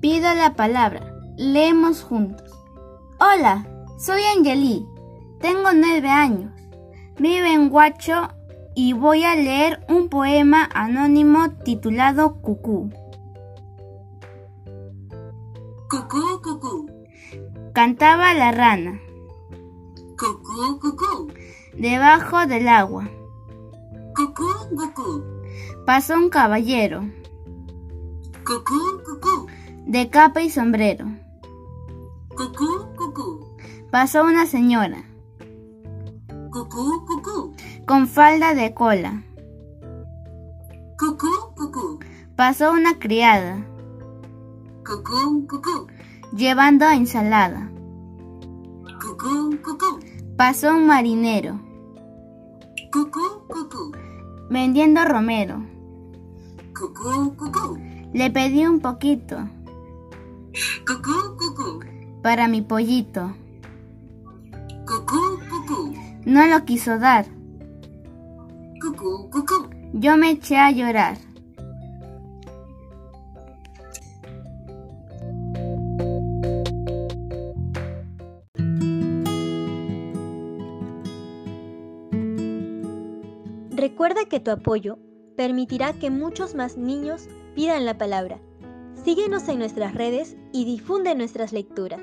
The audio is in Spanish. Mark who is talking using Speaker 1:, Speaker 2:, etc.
Speaker 1: Pido la palabra. Leemos juntos. Hola, soy Angelí. Tengo nueve años. Vivo en Huacho y voy a leer un poema anónimo titulado Cucú.
Speaker 2: Cucú, cucú,
Speaker 1: Cantaba la rana
Speaker 2: cucú, cucú,
Speaker 1: debajo del agua.
Speaker 2: cucú, cucú,
Speaker 1: Pasó un caballero
Speaker 2: cucú, cucú,
Speaker 1: de capa y sombrero.
Speaker 2: cucú, cucú,
Speaker 1: Pasó una señora
Speaker 2: cucú, cucú,
Speaker 1: con falda de cola.
Speaker 2: cucú, cucú,
Speaker 1: Pasó una criada
Speaker 2: cucú, cucú,
Speaker 1: llevando ensalada.
Speaker 2: cucú, cucú,
Speaker 1: Pasó un marinero
Speaker 2: cucú, cucú,
Speaker 1: vendiendo romero.
Speaker 2: cucú, cucú,
Speaker 1: Le pedí un poquito
Speaker 2: cucú, cucú,
Speaker 1: para mi pollito.
Speaker 2: cucú, cucú,
Speaker 1: No lo quiso dar.
Speaker 2: cucú, cucú.
Speaker 1: Yo me eché a llorar.
Speaker 3: Recuerda que tu apoyo permitirá que muchos más niños pidan la palabra. Síguenos en nuestras redes y difunde nuestras lecturas.